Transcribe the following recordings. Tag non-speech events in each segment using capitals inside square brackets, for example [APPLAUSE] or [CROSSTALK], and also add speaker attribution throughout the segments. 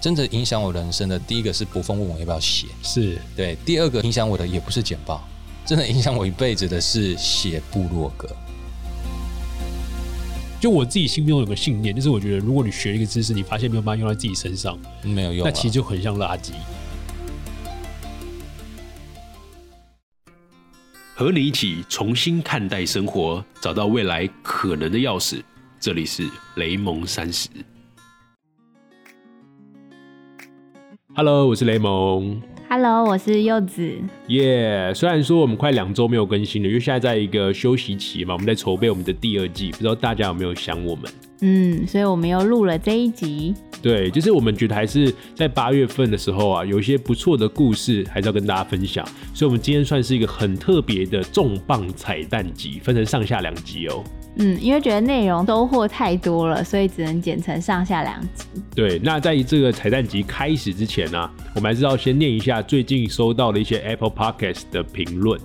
Speaker 1: 真的影响我人生的，第一个是博峰问我要不要写，
Speaker 2: 是
Speaker 1: 对，第二个影响我的也不是简报，真的影响我一辈子的是写部落格。
Speaker 2: 就我自己心中有个信念，就是我觉得如果你学一个知识，你发现没有办法用到自己身上，
Speaker 1: 没有用、
Speaker 2: 那
Speaker 1: 啊。
Speaker 2: 其实就很像垃圾。
Speaker 3: 和你一起重新看待生活，找到未来可能的钥匙。这里是雷蒙三十。Hello，我是雷蒙。
Speaker 4: Hello，我是柚子。
Speaker 3: 耶、虽然说我们快两周没有更新了，因为现在在一个休息期嘛，我们在筹备我们的第二季，不知道大家有没有想我们？
Speaker 4: 嗯，所以我们又录了这一集。
Speaker 3: 对，就是我们觉得还是在八月份的时候啊，有一些不错的故事，还是要跟大家分享。所以，我们今天算是一个很特别的重磅彩蛋集，分成上下两集哦。
Speaker 4: 嗯，因为觉得内容收获太多了，所以只能剪成上下两集。
Speaker 3: 对，那在这个彩蛋集开始之前呢、啊我们还是要先念一下最近收到的一些 Apple Podcast 的评论。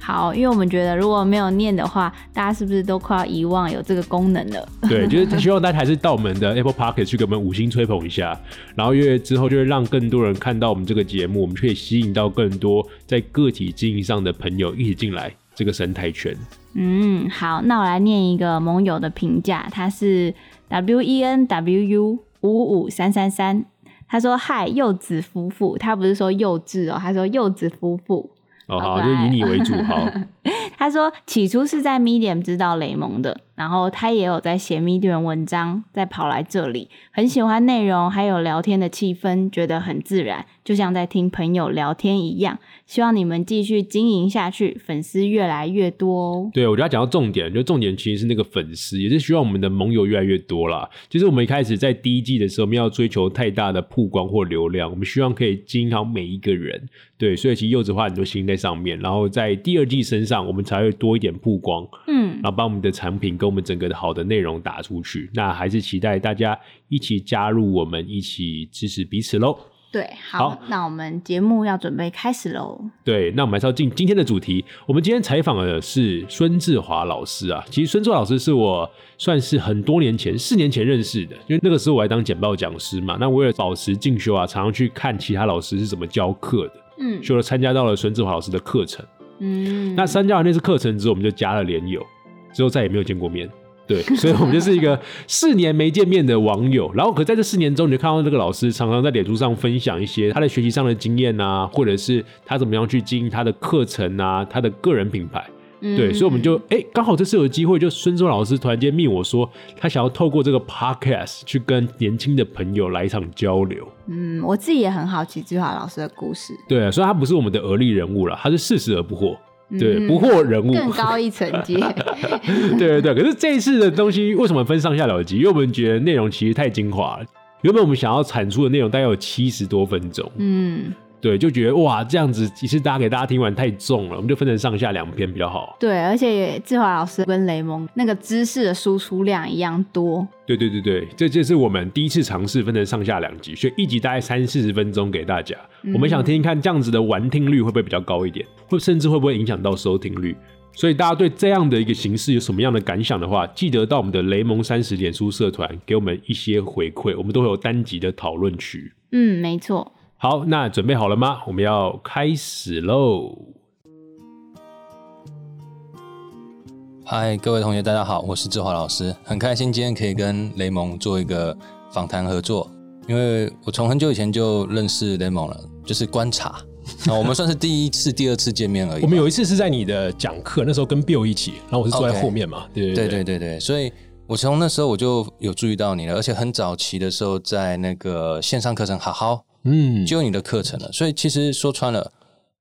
Speaker 4: 好，因为我们觉得如果没有念的话，大家是不是都快要遗忘有这个功能了？
Speaker 3: 对，就是希望大家还是到我们的 Apple Podcast 去给我们五星吹捧一下，然后因为之后就会让更多人看到我们这个节目，我们就可以吸引到更多在个体经营上的朋友一起进来这个生态圈。
Speaker 4: 嗯，好，那我来念一个盟友的评价，他是 W E N W U 五五三三三，他说：“嗨，柚子夫妇，他不是说幼稚哦，他说柚子夫妇。”
Speaker 3: 哦，
Speaker 4: 好
Speaker 3: 好，
Speaker 4: 可
Speaker 3: 就
Speaker 4: 爱
Speaker 3: 以你为主，好。
Speaker 4: 他说起初是在 Medium 知道雷蒙的，然后他也有在写 Medium 文章，再跑来这里，很喜欢内容，还有聊天的气氛，觉得很自然，就像在听朋友聊天一样。希望你们继续经营下去，粉丝越来越多哦。
Speaker 3: 对，我觉得他讲到重点，就重点其实是那个粉丝，也是希望我们的盟友越来越多啦。就是我们一开始在第一季的时候，没有追求太大的曝光或流量，我们希望可以经营好每一个人。对，所以其实柚子花很多心在上面，然后在第二季身上，我们才会多一点曝光，
Speaker 4: 嗯
Speaker 3: 然，后把我们的产品跟我们整个的好的内容打出去。那还是期待大家一起加入我们，一起支持彼此喽。
Speaker 4: 对，好，
Speaker 3: 好
Speaker 4: 那我们节目要准备开始喽。
Speaker 3: 对，那我们还是要进今天的主题。我们今天采访的是孙志华老师啊。其实孙志华老师是我算是很多年前，四年前认识的，因为那个时候我还当简报讲师嘛。那我也保持进修啊，常常去看其他老师是怎么教课的，
Speaker 4: 嗯
Speaker 3: 就参加到了孙志华老师的课程。
Speaker 4: 嗯，
Speaker 3: 那参加完那次课程之后，我们就加了连友，之后再也没有见过面。对， [LAUGHS] 所以我们就是一个四年没见面的网友。然后，可在这四年中，你就看到这个老师常常在脸书上分享一些他的学习上的经验啊，或者是他怎么样去经营他的课程啊，他的个人品牌。
Speaker 4: 嗯
Speaker 3: 对，所以我们就哎，刚、好这次有机会，就孙中老师突然间密我说，他想要透过这个 podcast 去跟年轻的朋友来一场交流。
Speaker 4: 嗯，我自己也很好奇志华老师的故事，
Speaker 3: 对，所以他不是我们的而立人物了，他是事实而不惑，对，
Speaker 4: 嗯
Speaker 3: 不惑人物，
Speaker 4: 更高一层
Speaker 3: [LAUGHS]
Speaker 4: 阶。
Speaker 3: 对对对，可是这一次的东西为什么分上下两集？因为我们觉得内容其实太精华了。原本我们想要产出的内容大概有七十多分钟，
Speaker 4: 嗯。
Speaker 3: 对，就觉得哇，这样子一次大家给大家听完太重了，我们就分成上下两篇比较好。
Speaker 4: 对，而且也志华老师跟雷蒙那个知识的输出量一样多。
Speaker 3: 对对对对，这就是我们第一次尝试分成上下两集，所以一集大概三四十分钟给大家。
Speaker 2: 嗯
Speaker 3: 我们想听听看这样子的完听率会不会比较高一点，或甚至会不会影响到收听率。所以大家对这样的一个形式有什么样的感想的话，记得到我们的雷蒙三十脸书社团给我们一些回馈，我们都会有单集的讨论区。
Speaker 4: 嗯，没错。
Speaker 3: 好，那准备好了吗？我们要开始喽。
Speaker 1: 嗨，各位同学，大家好，我是志华老师，很开心今天可以跟雷蒙做一个访谈合作，因为我从很久以前就认识雷蒙了，就是
Speaker 2: [LAUGHS]
Speaker 1: 观察，那我们算是第一次、第二次见面而已吧。
Speaker 2: 我们有一次是在你的讲课，那时候跟 Bill 一起，然后我是坐在
Speaker 1: OK
Speaker 2: 后面嘛对
Speaker 1: 对
Speaker 2: 对
Speaker 1: 对对对，所以我从那时候我就有注意到你了，而且很早期的时候在那个线上课程好好
Speaker 2: 嗯，
Speaker 1: 就有你的课程了，所以其实说穿了，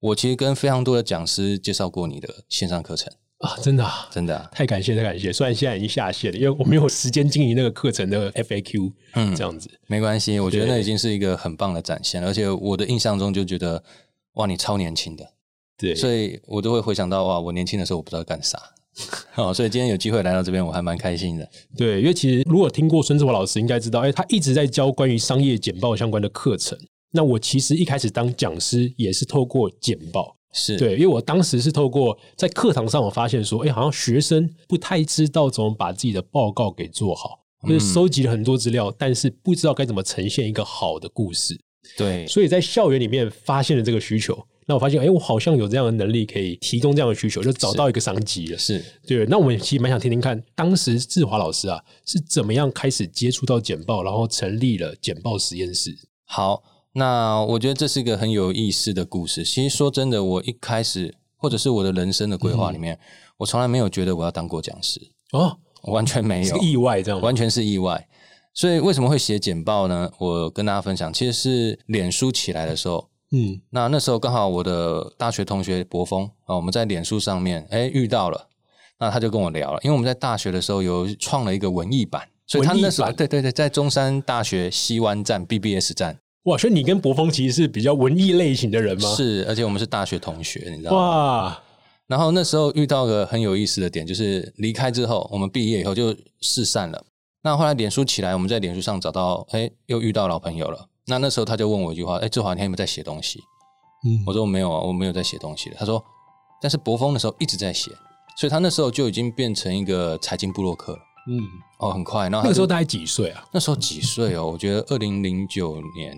Speaker 1: 我其实跟非常多的讲师介绍过你的线上课程，
Speaker 2: 啊，真的、啊。
Speaker 1: 真的、啊。
Speaker 2: 太感谢，太感谢！虽然现在已经下线了，因为我没有时间经营那个课程的 FAQ，嗯，这样子。
Speaker 1: 没关系，我觉得
Speaker 2: 对
Speaker 1: 那已经是一个很棒的展现了，而且我的印象中就觉得，哇，你超年轻的，
Speaker 2: 对，
Speaker 1: 所以我都会回想到，哇，我年轻的时候我不知道干啥， [LAUGHS] 哦，所以今天有机会来到这边，我还蛮开心的。
Speaker 2: 对，因为其实如果听过孙志华老师，应该知道，哎、他一直在教关于商业简报相关的课程。那我其实一开始当讲师也是透过简报，
Speaker 1: 是，
Speaker 2: 对，因为我当时是透过在课堂上，我发现说，哎、好像学生不太知道怎么把自己的报告给做好。
Speaker 3: 就是
Speaker 1: 嗯
Speaker 3: 收集了很多资料，但是不知道该怎么呈现一个好的故事。
Speaker 1: 对，
Speaker 3: 所以在校园里面发现了这个需求，那我发现，哎、我好像有这样的能力可以提供这样的需求，就找到一个商机了。
Speaker 1: 是
Speaker 3: 对，那我们其实蛮想听听看，当时志华老师啊是怎么样开始接触到简报，然后成立了简报实验室。
Speaker 1: 好，那我觉得这是一个很有意思的故事。其实说真的，我一开始或者是我的人生的规划里面，
Speaker 2: 嗯
Speaker 1: 我从来没有觉得我要当过讲师，
Speaker 3: 哦，
Speaker 1: 我完全没
Speaker 3: 是
Speaker 1: 有，
Speaker 3: 意外这样吗？
Speaker 1: 完全是意外。所以为什么会写简报呢？我跟大家分享，其实是脸书起来的时候，
Speaker 3: 嗯，
Speaker 1: 那那时候刚好我的大学同学博峰啊，我们在脸书上面哎遇到了，那他就跟我聊了，因为我们在大学的时候有创了一个文艺版，所以他
Speaker 3: 文艺
Speaker 1: 那时候
Speaker 3: 版
Speaker 1: 对对对，在中山大学西湾站 BBS 站
Speaker 3: 哇，所以你跟博峰其实是比较文艺类型的人吗？
Speaker 1: 是，啊而且我们是大学同学，你知道吗？
Speaker 3: 哇，
Speaker 1: 然后那时候遇到个很有意思的点，就是离开之后，我们毕业以后就四散了。那后来脸书起来，我们在脸书上找到，哎，又遇到老朋友了。那那时候他就问我一句话，哎，志华，你还有没有在写东西？
Speaker 3: 嗯
Speaker 1: 我说没有啊，我没有在写东西了。他说，但是博峰的时候一直在写，所以他那时候就已经变成一个财经部落客了。
Speaker 3: 嗯，
Speaker 1: 哦，很快。然后
Speaker 3: 那
Speaker 1: 他
Speaker 3: 个时
Speaker 1: 就
Speaker 3: 候大概几岁啊？
Speaker 1: 那时候几岁哦？我觉得二零零九年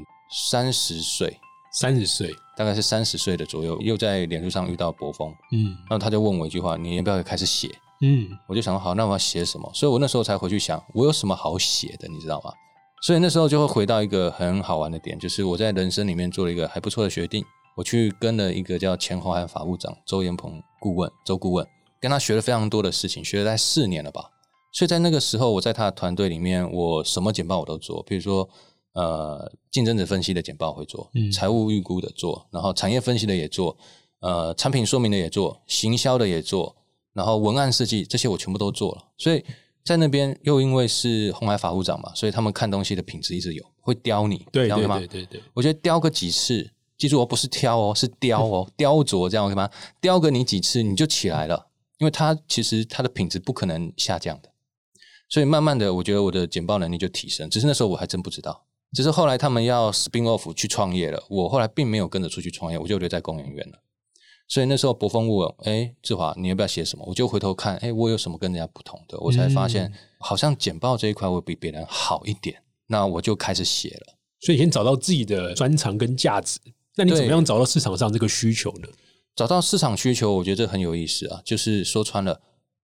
Speaker 1: 三十岁，
Speaker 3: 三十岁。
Speaker 1: 大概是三十岁的左右，又在脸书上遇到博峰，
Speaker 3: 嗯
Speaker 1: 然后他就问我一句话：你要不要开始写？
Speaker 3: 嗯，
Speaker 1: 我就想说好，那我要写什么？所以我那时候才回去想，我有什么好写的，你知道吗？所以那时候就会回到一个很好玩的点，就是我在人生里面做了一个还不错的决定，我去跟了一个叫钱华涵法务长周延鹏顾问周顾问，跟他学了非常多的事情，学了大概四年了吧。所以在那个时候，我在他的团队里面，我什么简报我都做，比如说呃竞争者分析的简报会做，
Speaker 3: 嗯
Speaker 1: 财务预估的做，然后产业分析的也做，呃产品说明的也做，行销的也做，然后文案设计这些我全部都做了，所以在那边又因为是红海法务长嘛，所以他们看东西的品质一直有，会刁你，
Speaker 3: 对
Speaker 1: 了解
Speaker 3: 对
Speaker 1: 吗
Speaker 3: 对？对对，
Speaker 1: 我觉得刁个几次，记住哦，不是挑哦，是雕哦，雕琢这样 OK 吗？雕个你几次你就起来了，因为它其实它的品质不可能下降的，所以慢慢的，我觉得我的简报能力就提升，只是那时候我还真不知道。只是后来他们要 spin off 去创业了，我后来并没有跟着出去创业，我就留在公园园了。所以那时候博峰问我：“哎，志华，你要不要写什么？”我就回头看，哎，我有什么跟人家不同的？我才发现，好像简报这一块我比别人好一点，那我就开始写了。
Speaker 3: 所以先找到自己的专长跟价值。那你
Speaker 1: 对
Speaker 3: 怎么样找到市场上这个需求呢？
Speaker 1: 找到市场需求，我觉得这很有意思啊。就是说穿了，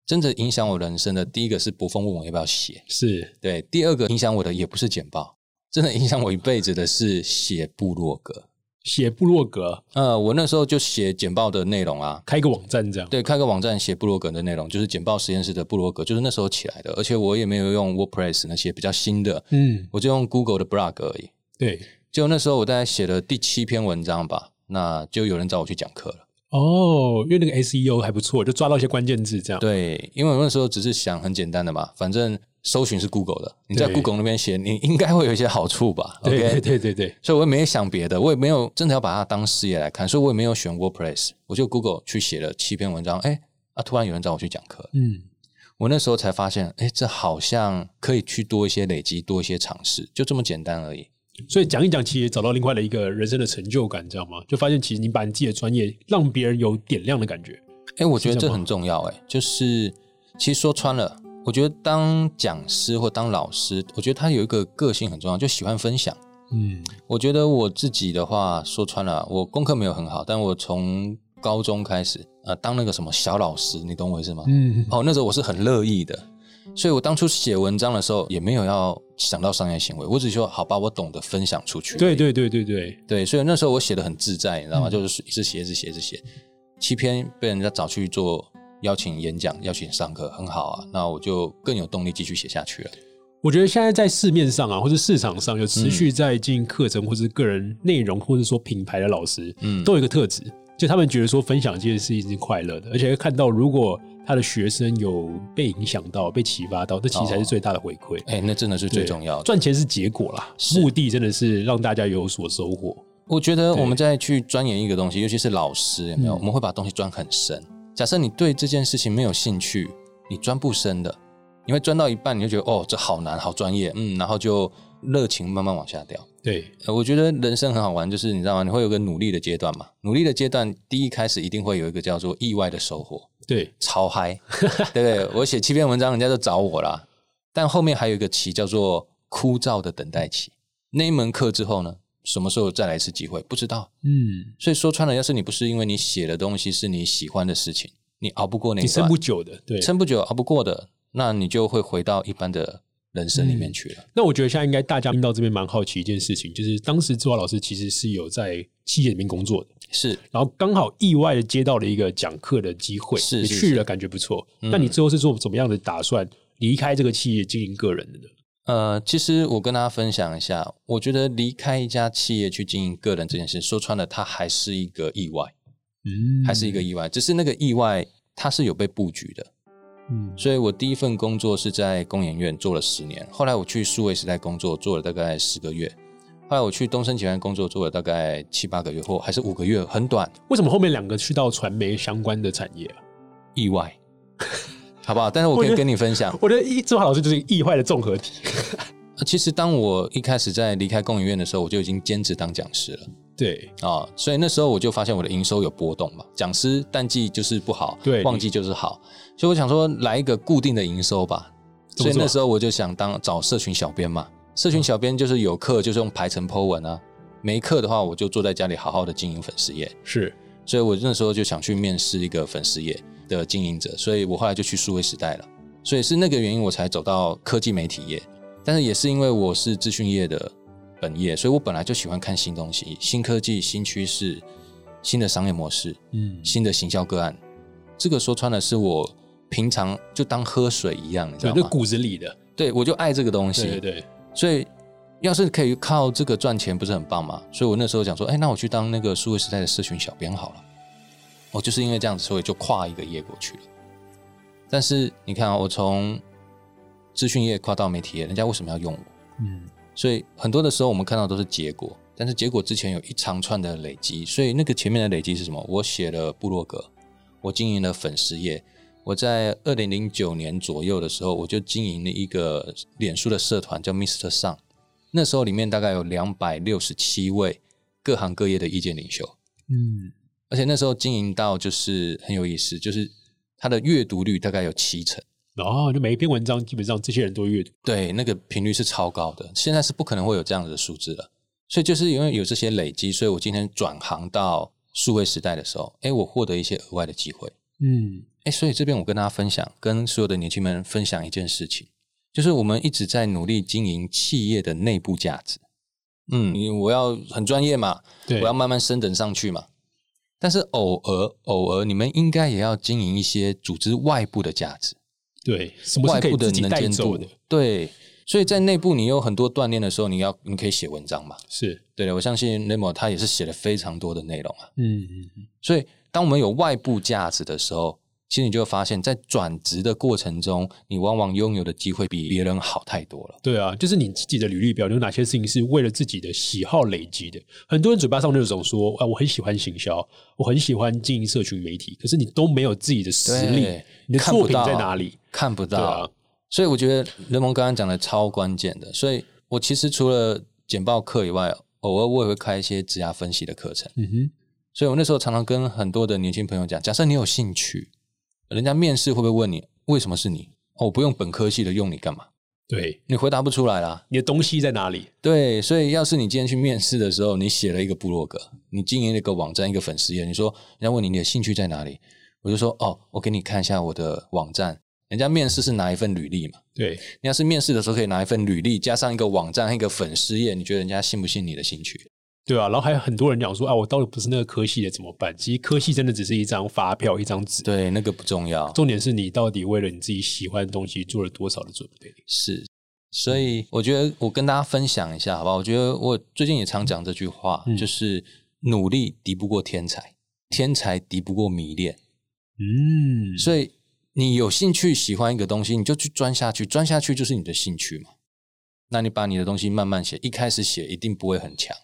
Speaker 1: 真正影响我人生的，第一个是博峰问我要不要写，
Speaker 3: 是
Speaker 1: 对；第二个影响我的也不是简报，真的影响我一辈子的是写部落格。
Speaker 3: 写部落格，
Speaker 1: 呃，我那时候就写简报的内容啊，
Speaker 3: 开一个网站这样。
Speaker 1: 对，开个网站写部落格的内容，就是简报实验室的部落格，就是那时候起来的。而且我也没有用 WordPress 那些比较新的，
Speaker 3: 嗯，
Speaker 1: 我就用 Google 的 blog 而已。
Speaker 3: 对。
Speaker 1: 就那时候我大概写了第七篇文章吧，那就有人找我去讲课了。
Speaker 3: 哦，因为那个 SEO 还不错，就抓到一些关键字这样。
Speaker 1: 对，因为我那时候只是想很简单的嘛，反正搜寻是 Google 的，你在
Speaker 3: 对
Speaker 1: Google 那边写，你应该会有一些好处吧
Speaker 3: 对对
Speaker 1: ？OK，
Speaker 3: 对对对，
Speaker 1: 所以我也没想别的，我也没有真的要把它当事业来看，所以我也没有选 WordPress，我就 Google 去写了七篇文章，哎，啊，突然有人找我去讲课，
Speaker 3: 嗯，
Speaker 1: 我那时候才发现，哎，这好像可以去多一些累积，多一些尝试，就这么简单而已。
Speaker 3: 所以讲一讲，其实也找到另外的一个人生的成就感，知道吗？就发现其实你把你自己的专业让别人有点亮的感觉。
Speaker 1: 哎、我觉得
Speaker 3: 是这
Speaker 1: 这
Speaker 3: 样吗
Speaker 1: 很重要、哎，就是其实说穿了，我觉得当讲师或当老师，我觉得他有一个个性很重要，就喜欢分享。
Speaker 3: 嗯
Speaker 1: 我觉得我自己的话，说穿了，我功课没有很好，但我从高中开始，呃，当那个什么小老师，你懂我意思吗？
Speaker 3: 嗯，
Speaker 1: 哦，那时候我是很乐意的，所以我当初写文章的时候也没有要想到商业行为，我只是说好吧，我懂得分享出去。
Speaker 3: 对嗯对对对对，
Speaker 1: 对，所以那时候我写的很自在，你知道吗？就是一直写，一直写，一直写，七篇被人家找去做邀请演讲、邀请上课，很好啊，那我就更有动力继续写下去了。
Speaker 3: 我觉得现在在市面上啊，或者市场上有
Speaker 1: 嗯
Speaker 3: 持续在进行课程，或者是个人内容，或者说品牌的老师，
Speaker 1: 嗯
Speaker 3: 都有一个特质，就他们觉得说分享这件事情是快乐的，而且看到如果他的学生有被影响到、被启发到，这其实才是最大的回馈。
Speaker 1: 哎、那真的是最
Speaker 3: 对
Speaker 1: 重要的。
Speaker 3: 赚钱是结果啦，
Speaker 1: 是
Speaker 3: 目的真的是让大家有所收获。
Speaker 1: 我觉得
Speaker 3: 对
Speaker 1: 我们在去钻研一个东西，尤其是老师，有没有？
Speaker 3: 嗯
Speaker 1: 我们会把东西钻很深。假设你对这件事情没有兴趣，你钻不深的，你会钻到一半，你就觉得哦，这好难，好专业，嗯，然后就热情慢慢往下掉。
Speaker 3: 对，
Speaker 1: 呃，我觉得人生很好玩，就是你知道吗？你会有个努力的阶段嘛？努力的阶段，第一开始一定会有一个叫做意外的收获，
Speaker 3: 对，
Speaker 1: 超嗨，对不对？我写七篇文章，人家就找我啦。但后面还有一个期叫做枯燥的等待期。那一门课之后呢，什么时候再来一次机会不知道。
Speaker 3: 嗯，
Speaker 1: 所以说穿了，要是你不是因为你写的东西是你喜欢的事情，你熬不过那
Speaker 3: 你
Speaker 1: 一
Speaker 3: 撑
Speaker 1: 段，
Speaker 3: 不久的，对。
Speaker 1: 撑不久熬不过的，那你就会回到一般的人生里面去了。
Speaker 3: 那我觉得现在应该大家听到这边蛮好奇一件事情，就是当时志华老师其实是有在企业里面工作的，
Speaker 1: 是
Speaker 3: 然后刚好意外的接到了一个讲课的机会，
Speaker 1: 是
Speaker 3: 你
Speaker 1: 是
Speaker 3: 去
Speaker 1: 是嗯
Speaker 3: 了，感觉不错。那你最后是做怎么样的打算离开这个企业经营个人的呢？
Speaker 1: 呃，其实我跟大家分享一下，我觉得离开一家企业去经营个人这件事，说穿了，它还是一个意外，
Speaker 3: 嗯
Speaker 1: 还是一个意外。只是那个意外，它是有被布局的。
Speaker 3: 嗯
Speaker 1: 所以我第一份工作是在工研院做了十年，后来我去数位时代工作做了大概十个月，后来我去东升集团工作做了大概七八个月，或还是五个月，很短。
Speaker 3: 为什么后面两个去到传媒相关的产业啊？
Speaker 1: 意外，好不好？但是我可
Speaker 3: 我觉
Speaker 1: 以
Speaker 3: 得
Speaker 1: 跟你分享，
Speaker 3: 我觉得一志华老师就是一个意外的综合体。
Speaker 1: 呃其实当我一开始在离开工研院的时候，我就已经兼职当讲师了。
Speaker 3: 对，
Speaker 1: 啊、所以那时候我就发现我的营收有波动嘛，讲师淡季就是不好，
Speaker 3: 对
Speaker 1: 旺季就是好，所以我想说来一个固定的营收吧。
Speaker 3: 怎
Speaker 1: 所
Speaker 3: 么做
Speaker 1: 以那时候我就想当找社群小编嘛，社群小编就是有课就是用排程 Po 文啊，没课的话我就坐在家里好好的经营粉丝业，
Speaker 3: 是
Speaker 1: 所以我那时候就想去面试一个粉丝业的经营者，所以我后来就去数位时代了，所以是那个原因我才走到科技媒体业，但是也是因为我是资讯业的本业，所以我本来就喜欢看新东西、新科技、新趋势、新的商业模式、
Speaker 3: 嗯
Speaker 1: 新的行销个案，这个说穿了是我平常就当喝水一样，你知
Speaker 3: 对，
Speaker 1: 道
Speaker 3: 那
Speaker 1: 吗？
Speaker 3: 骨子里的，
Speaker 1: 对，我就爱这个东西，
Speaker 3: 对对对，
Speaker 1: 所以要是可以靠这个赚钱，不是很棒吗？所以我那时候想说，哎，那我去当那个数位时代的社群小编好了。我就是因为这样子，所以就跨一个业过去了。但是你看啊、我从资讯业跨到媒体业，人家为什么要用我？
Speaker 3: 嗯，
Speaker 1: 所以很多的时候我们看到都是结果，但是结果之前有一长串的累积，所以那个前面的累积是什么？我写了部落格，我经营了粉丝业，我在二零零九年左右的时候，我就经营了一个脸书的社团叫 Mr. Sun，那时候里面大概有两百六十七位各行各业的意见领袖，
Speaker 3: 嗯，
Speaker 1: 而且那时候经营到就是很有意思，就是它的阅读率大概有七成。
Speaker 3: 然后就每一篇文章基本上这些人都阅读，
Speaker 1: 对，那个频率是超高的，现在是不可能会有这样子的数字了。所以就是因为有这些累积，所以我今天转行到数位时代的时候，哎，我获得一些额外的机会。
Speaker 3: 嗯，
Speaker 1: 哎，所以这边我跟大家分享，跟所有的年轻人分享一件事情，就是我们一直在努力经营企业的内部价值。嗯，因为我要很专业嘛，
Speaker 3: 对
Speaker 1: 我要慢慢升等上去嘛。但是偶尔偶尔，你们应该也要经营一些组织外部的价值。
Speaker 3: 对，什么
Speaker 1: 外
Speaker 3: 是可以
Speaker 1: 部的
Speaker 3: 自己
Speaker 1: 能
Speaker 3: 带
Speaker 1: 见
Speaker 3: 走
Speaker 1: 度
Speaker 3: 的？。
Speaker 1: 对，所以在内部你有很多锻炼的时候，你要你可以写文章嘛。
Speaker 3: 是，
Speaker 1: 对的，我相信 Nemo 他也是写了非常多的内容啊。
Speaker 3: 嗯，
Speaker 1: 所以当我们有外部价值的时候，其实你就会发现，在转职的过程中，你往往拥有的机会比别人好太多了。
Speaker 3: 对啊，就是你自己的履历表有哪些事情是为了自己的喜好累积的？很多人嘴巴上那种说，啊，我很喜欢行销，我很喜欢经营社群媒体，可是你都没有自己的实力
Speaker 1: 对，
Speaker 3: 你的
Speaker 1: 看
Speaker 3: 作
Speaker 1: 不
Speaker 3: 品
Speaker 1: 到
Speaker 3: 在哪里？
Speaker 1: 看不
Speaker 3: 对
Speaker 1: 到，
Speaker 3: 啊，
Speaker 1: 所以我觉得雷蒙刚刚讲的超关键的。所以我其实除了简报课以外，偶尔我也会开一些职涯分析的课程。
Speaker 3: 嗯哼，
Speaker 1: 所以我那时候常常跟很多的年轻朋友讲，假设你有兴趣，人家面试会不会问你为什么是你？哦，我不用本科系的，用你干嘛？
Speaker 3: 对，
Speaker 1: 你回答不出来啦。
Speaker 3: 你的东西在哪里？
Speaker 1: 对，所以要是你今天去面试的时候，你写了一个部落格，你经营了一个网站、一个粉丝页，你说人家问你你的兴趣在哪里，我就说哦，我给你看一下我的网站。人家面试是拿一份履历嘛，
Speaker 3: 对，
Speaker 1: 你要是面试的时候可以拿一份履历加上一个网站、一个粉丝页，你觉得人家信不信你的兴趣？
Speaker 3: 对啊，然后还有很多人讲说，啊，我到底不是那个科系的怎么办？其实科系真的只是一张发票，一张纸。
Speaker 1: 对，那个不重要。
Speaker 3: 重点是你到底为了你自己喜欢的东西做了多少的准备？
Speaker 1: 是，所以我觉得我跟大家分享一下，好吧？我觉得我最近也常讲这句话，
Speaker 3: 嗯
Speaker 1: 就是努力敌不过天才，天才敌不过迷恋。
Speaker 3: 嗯，
Speaker 1: 所以你有兴趣喜欢一个东西，你就去钻下去，钻下去就是你的兴趣嘛。那你把你的东西慢慢写，一开始写一定不会很强，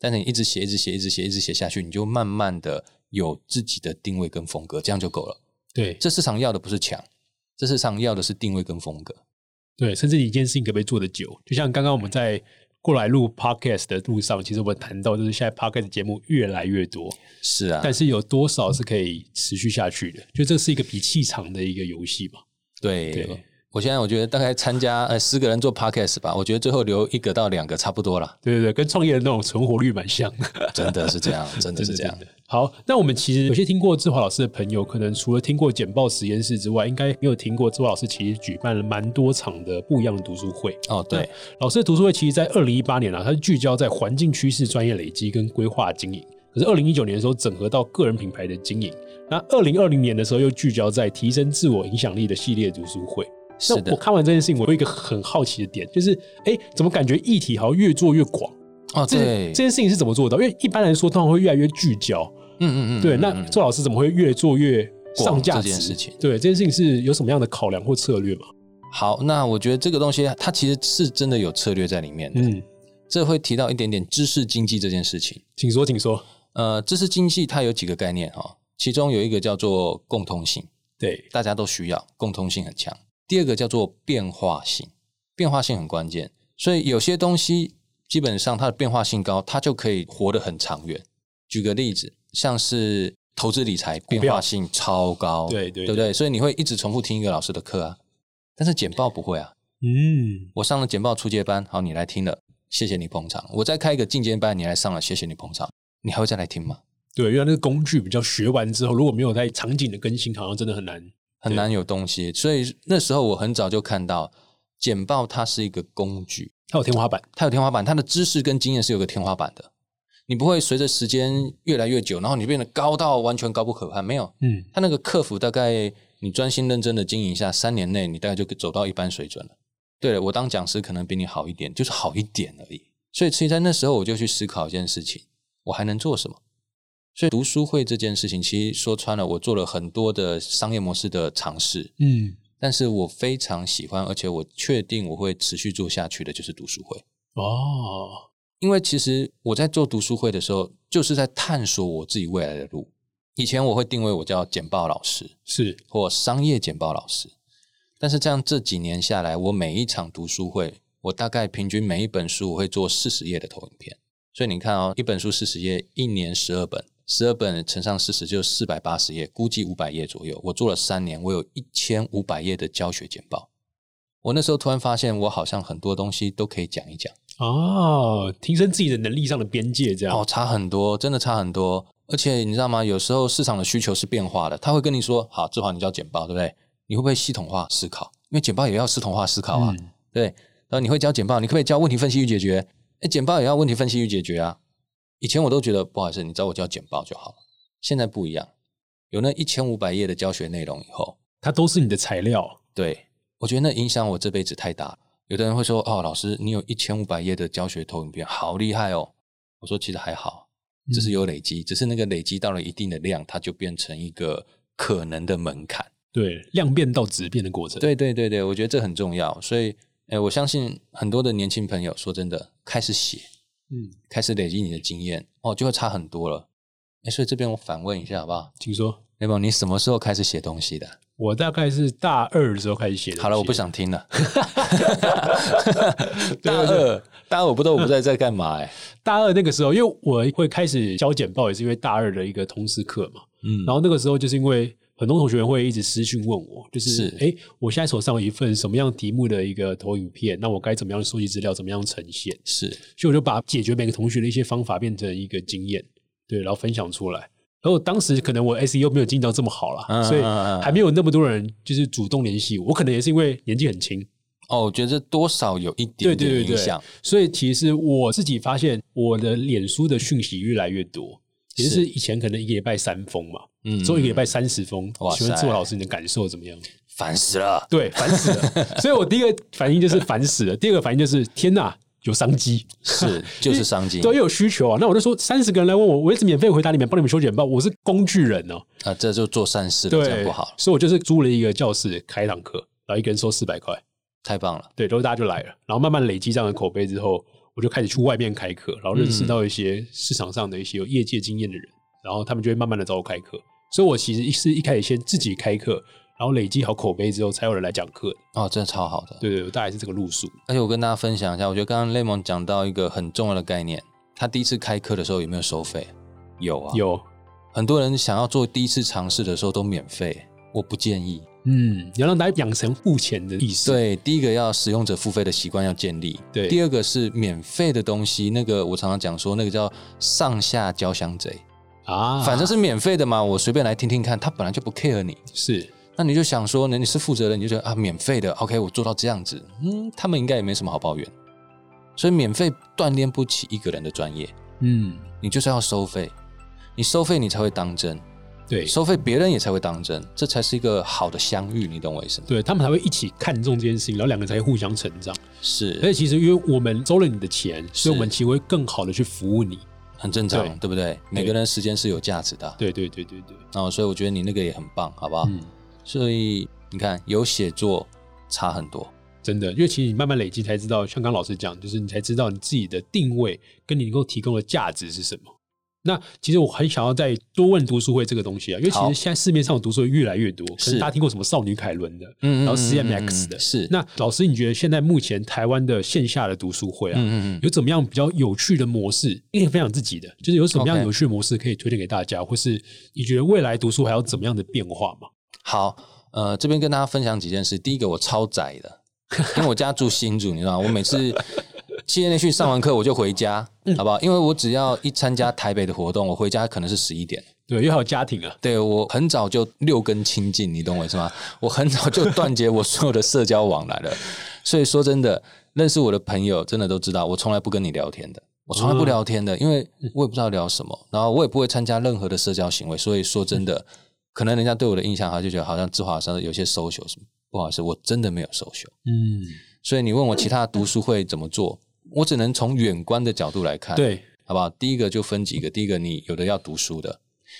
Speaker 1: 但是你一直写，一直写，一直写，一直写下去，你就慢慢的有自己的定位跟风格，这样就够了。
Speaker 3: 对
Speaker 1: 这市场要的不是强，这市场要的是定位跟风格。
Speaker 3: 对，甚至你一件事情可不可以做得久？就像刚刚我们在过来录 podcast 的路上，其实我们谈到，就是现在 podcast 节目越来越多，
Speaker 1: 是啊，
Speaker 3: 但是有多少是可以持续下去的？就这是一个比气场的一个游戏嘛？
Speaker 1: 对，
Speaker 3: 对
Speaker 1: 我现在我觉得大概参加呃十个人做 podcast 吧，我觉得最后留一个到两个差不多了，
Speaker 3: 对对对，跟创业的那种存活率蛮像的。
Speaker 1: 真的是这样，嗯真
Speaker 3: [LAUGHS]
Speaker 1: 的是这样。
Speaker 3: 的。好，那我们其实有些听过志华老师的朋友，可能除了听过简报实验室之外，应该没有听过志华老师其实举办了蛮多场的不一样的读书会。
Speaker 1: 哦，对，
Speaker 3: 老师的读书会其实，在二零一八年啊，它是聚焦在环境趋势、专业累积跟规划经营。可是二零一九年的时候，整合到个人品牌的经营。那二零二零年的时候，又聚焦在提升自我影响力的系列读书会。
Speaker 1: 是
Speaker 3: 那我
Speaker 1: 的。
Speaker 3: 看完这件事情，我有一个很好奇的点，就是哎、诶怎么感觉议题好像越做越广？
Speaker 1: 哦，
Speaker 3: 这
Speaker 1: 对
Speaker 3: 这，件事情是怎么做到？因为一般来说，通常会越来越聚焦。
Speaker 1: 嗯嗯嗯，
Speaker 3: 对，
Speaker 1: 嗯
Speaker 3: 那
Speaker 1: 嗯
Speaker 3: 周老师怎么会越做越上价
Speaker 1: 广
Speaker 3: 值？
Speaker 1: 这件事情
Speaker 3: 对，这件事情是有什么样的考量或策略吗？
Speaker 1: 好，那我觉得这个东西它其实是真的有策略在里面的。
Speaker 3: 嗯，
Speaker 1: 这会提到一点点知识经济这件事情。
Speaker 3: 请说，请说。
Speaker 1: 呃，知识经济它有几个概念哦，其中有一个叫做共通性，
Speaker 3: 对，
Speaker 1: 大家都需要，共通性很强。第二个叫做变化性，变化性很关键，所以有些东西基本上它的变化性高，它就可以活得很长远。举个例子，像是投资理财，变化性超高，
Speaker 3: 对对
Speaker 1: 对不对？所以你会一直重复听一个老师的课啊，但是简报不会啊。
Speaker 3: 嗯，
Speaker 1: 我上了简报初阶班，好，你来听了，谢谢你捧场。我再开一个进阶班，你来上了，谢谢你捧场。你还会再来听吗？
Speaker 3: 对，因为那个工具比较学完之后，如果没有在场景的更新，好像真的很难。
Speaker 1: 很难有东西。所以那时候我很早就看到，简报它是一个工具，
Speaker 3: 它有天花板，
Speaker 1: 它有天花板，它的知识跟经验是有个天花板的。你不会随着时间越来越久，然后你变得高到完全高不可攀，没有。
Speaker 3: 嗯，
Speaker 1: 它那个客服大概你专心认真的经营一下，三年内你大概就走到一般水准了。对了，我当讲师可能比你好一点，就是好一点而已。所以其实在那时候我就去思考一件事情，我还能做什么？所以读书会这件事情，其实说穿了，我做了很多的商业模式的尝试，
Speaker 3: 嗯，
Speaker 1: 但是我非常喜欢，而且我确定我会持续做下去的，就是读书会。
Speaker 3: 哦，
Speaker 1: 因为其实我在做读书会的时候，就是在探索我自己未来的路。以前我会定位我叫简报老师，
Speaker 3: 是
Speaker 1: 或商业简报老师。但是这样这几年下来，我每一场读书会，我大概平均每一本书我会做四十页的投影片。所以你看哦，一本书四十页，一年十二本，十二本乘上四十就四百八十页，估计五百页左右。我做了三年，我有一千五百页的教学简报。我那时候突然发现，我好像很多东西都可以讲一讲。
Speaker 3: 哦，提升自己的能力上的边界，这样。
Speaker 1: 哦，差很多，真的差很多。而且你知道吗？有时候市场的需求是变化的，他会跟你说：“好，志华，你叫简报，对不对？你会不会系统化思考？因为简报也要系统化思考啊，
Speaker 3: 嗯
Speaker 1: 对。然后你会教简报，你可不可以教问题分析与解决？哎，简报也要问题分析与解决啊。以前我都觉得不好意思，你找我教简报就好了。现在不一样，有那一千五百页的教学内容以后，
Speaker 3: 它都是你的材料。
Speaker 1: 对，我觉得那影响我这辈子太大了。有的人会说：“哦，老师，你有一千五百页的教学投影片，好厉害哦。”我说：“其实还好，这是有累积，只是那个累积到了一定的量，它就变成一个可能的门槛。
Speaker 3: 对，量变到质变的过”程。，
Speaker 1: 对对对对，我觉得这很重要。所以，哎，我相信很多的年轻朋友，说真的，开始写，
Speaker 3: 嗯，
Speaker 1: 开始累积你的经验，哦，就会差很多了。哎，所以这边我反问一下好不好？
Speaker 3: 请说。
Speaker 1: 雷蒙，你什么时候开始写东西的？
Speaker 3: 我大概是大二的时候开始写的。
Speaker 1: 好了，我不。想听了。大
Speaker 3: [LAUGHS] 对
Speaker 1: 二，大二我不知道我不在在干嘛哎、
Speaker 3: 大二那个时候，因为我会开始交简报，也是因为大二的一个通识课嘛。
Speaker 1: 嗯，
Speaker 3: 然后那个时候就是因为很多同学会一直私讯问我，就是
Speaker 1: 是
Speaker 3: 哎、诶我现在手上有一份什么样题目的一个投影片，那我该怎么样收集资料，怎么样呈现？
Speaker 1: 是
Speaker 3: 所以我就把解决每个同学的一些方法变成一个经验，对，然后分享出来。然后当时可能我 SEO 没有进到这么好啦，
Speaker 1: 嗯
Speaker 3: 所以
Speaker 1: 嗯嗯嗯
Speaker 3: 还没有那么多人就是主动联系我。我可能也是因为年纪很轻，
Speaker 1: 哦，我觉得多少有一点
Speaker 3: 对对对
Speaker 1: 点
Speaker 3: 对
Speaker 1: 影响。
Speaker 3: 所以其实我自己发现，我的脸书的讯息越来越多，也就是
Speaker 1: 是
Speaker 3: 以前可能一个礼拜三封嘛，
Speaker 1: 嗯
Speaker 3: 做一个礼拜三十封。
Speaker 1: 哇塞
Speaker 3: 请问志伟老师，你的感受怎么样？
Speaker 1: 烦死了。
Speaker 3: 对，烦死了。 [LAUGHS] 所以我第一个反应就是烦死了，第二个反应就是天哪，有商机。 [LAUGHS]
Speaker 1: 是，就是商机
Speaker 3: 都有需求啊，那我就说三十个人来问我，我一直免费回答你们，帮你们修简报，我是工具人哦、
Speaker 1: 啊，这就做善事了，这样
Speaker 3: 对，
Speaker 1: 不好，
Speaker 3: 所以我就是租了一个教室开一堂课，然后一个人收四百块，
Speaker 1: 太棒了。
Speaker 3: 对，然后大家就来了，然后慢慢累积这样的口碑之后，我就开始去外面开课，然后认
Speaker 1: 嗯
Speaker 3: 识到一些市场上的一些有业界经验的人，然后他们就会慢慢的找我开课，所以我其实是一开始先自己开课，然后累积好口碑之后，才有人来讲课，
Speaker 1: 哦，真的超好的。
Speaker 3: 对对对，大概是这个路数，
Speaker 1: 而且我跟大家分享一下，我觉得刚刚雷蒙讲到一个很重要的概念，他第一次开课的时候有没有收费？有啊，
Speaker 3: 有
Speaker 1: 很多人想要做第一次尝试的时候都免费，我不建议。
Speaker 3: 嗯，你要让大家养成付钱的意识。
Speaker 1: 对，第一个要使用者付费的习惯要建立，
Speaker 3: 对
Speaker 1: 第二个是免费的东西，那个我常常讲说，那个叫上下交相贼，
Speaker 3: 啊，
Speaker 1: 反正是免费的嘛，我随便来听听看，他本来就不 care 你，
Speaker 3: 是
Speaker 1: 那你就想说呢，你是负责人，你就觉得啊，免费的，OK，我做到这样子，嗯，他们应该也没什么好抱怨，所以免费锻炼不起一个人的专业，
Speaker 3: 嗯，
Speaker 1: 你就是要收费，你收费你才会当真，
Speaker 3: 对
Speaker 1: 收费别人也才会当真，这才是一个好的相遇，你懂我意思吗？
Speaker 3: 对，他们才会一起看重这件事情，然后两个才会互相成长。而
Speaker 1: 是，
Speaker 3: 且其实因为我们收了你的钱，
Speaker 1: 是
Speaker 3: 所以我们其实会更好的去服务你。
Speaker 1: 很正常，对不对？每个人时间是有价值的啊，
Speaker 3: 对对对对对，
Speaker 1: 那、所以我觉得你那个也很棒，好不好？
Speaker 3: 嗯，
Speaker 1: 所以你看，有写作差很多，
Speaker 3: 真的，因为其实你慢慢累积才知道，像刚老师讲，就是你才知道你自己的定位跟你能够提供的价值是什么。那其实我很想要再多问读书会这个东西啊，因为其
Speaker 1: 好
Speaker 3: 实现在市面上的读书会越来越多，可
Speaker 1: 是
Speaker 3: 能大家听过什么少女凯伦的，
Speaker 1: 嗯
Speaker 3: 然后
Speaker 1: 嗯
Speaker 3: CMX
Speaker 1: 嗯
Speaker 3: 的，
Speaker 1: 是，
Speaker 3: 那老师，你觉得现在目前台湾的线下的读书会啊，
Speaker 1: 嗯嗯嗯，
Speaker 3: 有怎么样比较有趣的模式？你可以分享自己的，就是有什么样
Speaker 1: OK
Speaker 3: 有趣的模式可以推荐给大家，或是你觉得未来读书还有怎么样的变化吗？
Speaker 1: 好，呃，这边跟大家分享几件事。第一个，我超宅的，
Speaker 3: [LAUGHS]
Speaker 1: 因为我家住新竹，你知道吗，我每次企业内训上完课我就回家，
Speaker 3: 嗯
Speaker 1: 好不好？因为我只要一参加台北的活动，我回家可能是十一点。
Speaker 3: 对，因为还有家庭啊，
Speaker 1: 对我很早就六根清净，你懂我意思吗？我很早就断绝我所有的社交往来了。所以说真的，认识我的朋友真的都知道，我从来不跟你聊天的，我从来不聊天的，因为我也不知道聊什么，然后我也不会参加任何的社交行为。所以说真的，可能人家对我的印象，他就觉得好像志华好像有些 social 什么。不好意思，我真的没有 social。
Speaker 3: 嗯，
Speaker 1: 所以你问我其他读书会怎么做，我只能从远观的角度来看。
Speaker 3: 对，
Speaker 1: 好不好？第一个就分几个，第一个你有的要读书的，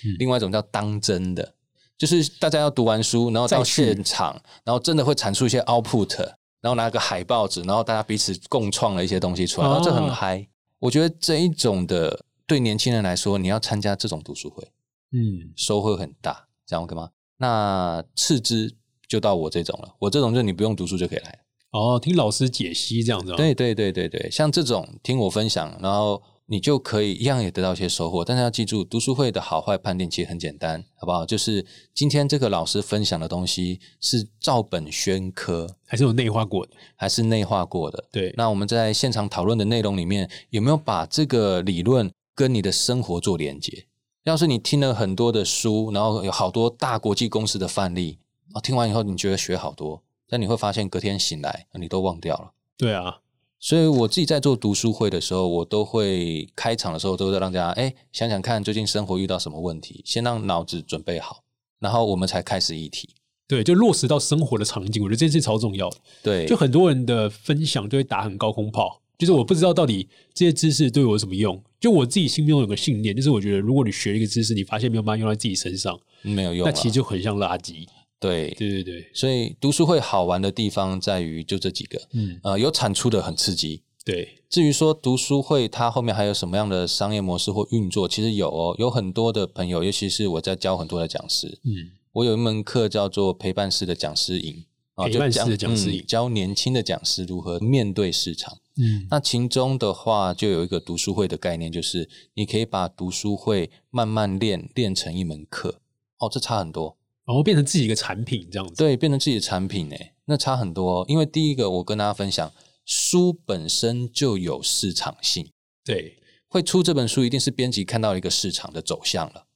Speaker 3: 嗯
Speaker 1: 另外一种叫当真的，就是大家要读完书，然后到
Speaker 3: 再去
Speaker 1: 现场，然后真的会产出一些 output，然后拿个海报纸，然后大家彼此共创了一些东西出来，
Speaker 3: 哦
Speaker 1: 然后这很嗨。我觉得这一种的对年轻人来说，你要参加这种读书会，
Speaker 3: 嗯，
Speaker 1: 收获很大，这样 OK 吗？那次之就到我这种了，我这种就你不用读书就可以来了。
Speaker 3: 哦，听老师解析这样子、啊，，
Speaker 1: 对对对对对，像这种听我分享，然后你就可以一样也得到一些收获。但是要记住，读书会的好坏判定其实很简单，好不好？就是今天这个老师分享的东西是照本宣科，
Speaker 3: 还是有内化过的，
Speaker 1: 还是内化过的？
Speaker 3: 对，
Speaker 1: 那我们在现场讨论的内容里面，有没有把这个理论跟你的生活做连接？要是你听了很多的书，然后有好多大国际公司的范例，啊，听完以后你觉得学好多，但你会发现隔天醒来你都忘掉了。
Speaker 3: 对啊，
Speaker 1: 所以我自己在做读书会的时候，我都会开场的时候都会让大家哎想想看最近生活遇到什么问题，先让脑子准备好，然后我们才开始议题。
Speaker 3: 对，就落实到生活的场景，我觉得这件事超重要的。
Speaker 1: 对，
Speaker 3: 就很多人的分享就会打很高空炮，就是我不知道到底这些知识对我有什么用。就我自己心中有个信念，就是我觉得如果你学一个知识，你发现没有办法用在自己身上，
Speaker 1: 没有用啊
Speaker 3: 那
Speaker 1: 了。
Speaker 3: 其实就很像垃圾。
Speaker 1: 对，
Speaker 3: 对对对，
Speaker 1: 所以读书会好玩的地方在于就这几个，
Speaker 3: 嗯，
Speaker 1: 呃，有产出的很刺激。
Speaker 3: 对，
Speaker 1: 至于说读书会它后面还有什么样的商业模式或运作，其实有哦，有很多的朋友，尤其是我在教很多的讲师，
Speaker 3: 嗯，
Speaker 1: 我有一门课叫做陪伴式的讲师营，啊，
Speaker 3: 陪伴式的
Speaker 1: 就
Speaker 3: 讲师营
Speaker 1: 嗯教年轻的讲师如何面对市场。
Speaker 3: 嗯，
Speaker 1: 那其中的话，就有一个读书会的概念，就是你可以把读书会慢慢练，练成一门课。哦，这差很多，
Speaker 3: 然后变成自己一个产品这样子。
Speaker 1: 对，变成自己的产品诶，那差很多、哦。因为第一个，我跟大家分享，书本身就有市场性，
Speaker 3: 对，
Speaker 1: 会出这本书一定是编辑看到一个市场的走向了。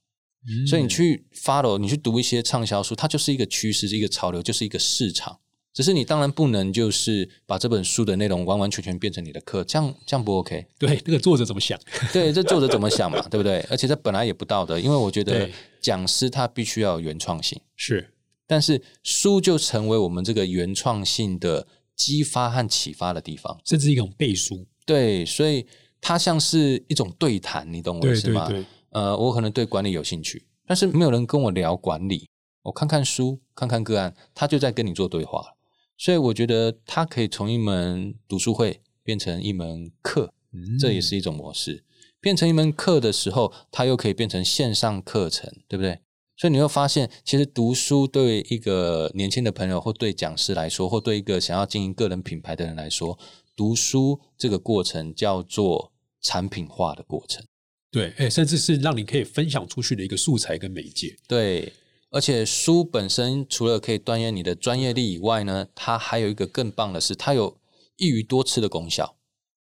Speaker 1: 所以你
Speaker 3: 嗯
Speaker 1: 去 follow，你去读一些畅销书，它就是一个趋势，一个潮流，就是一个市场。只是你当然不能就是把这本书的内容完完全全变成你的课，这样这样不
Speaker 3: [LAUGHS]
Speaker 1: OK。
Speaker 3: 对那个作者怎么想？
Speaker 1: 对，这作者怎么想嘛，对不对？而且这本来也不道德，因为我觉得
Speaker 3: 对
Speaker 1: 讲师他必须要有原创性，
Speaker 3: 是，
Speaker 1: 但是书就成为我们这个原创性的激发和启发的地方。
Speaker 3: 甚至一种背书。
Speaker 1: 对，所以它像是一种对谈，你懂我意
Speaker 3: 对
Speaker 1: 思
Speaker 3: 对
Speaker 1: 哦吗？
Speaker 3: 对，
Speaker 1: 呃，我可能对管理有兴趣，但是没有人跟我聊管理。我看看书，看看个案，他就在跟你做对话了。所以我觉得它可以从一门读书会变成一门课，
Speaker 3: 嗯
Speaker 1: 这也是一种模式。变成一门课的时候，它又可以变成线上课程，对不对？所以你会发现，其实读书对一个年轻的朋友，或对讲师来说，或对一个想要经营个人品牌的人来说，读书这个过程叫做产品化的过程。
Speaker 3: 对，哎，甚至是让你可以分享出去的一个素材跟媒介。
Speaker 1: 对，而且书本身除了可以锻炼你的专业力以外呢，它还有一个更棒的是，它有一鱼多吃的功效，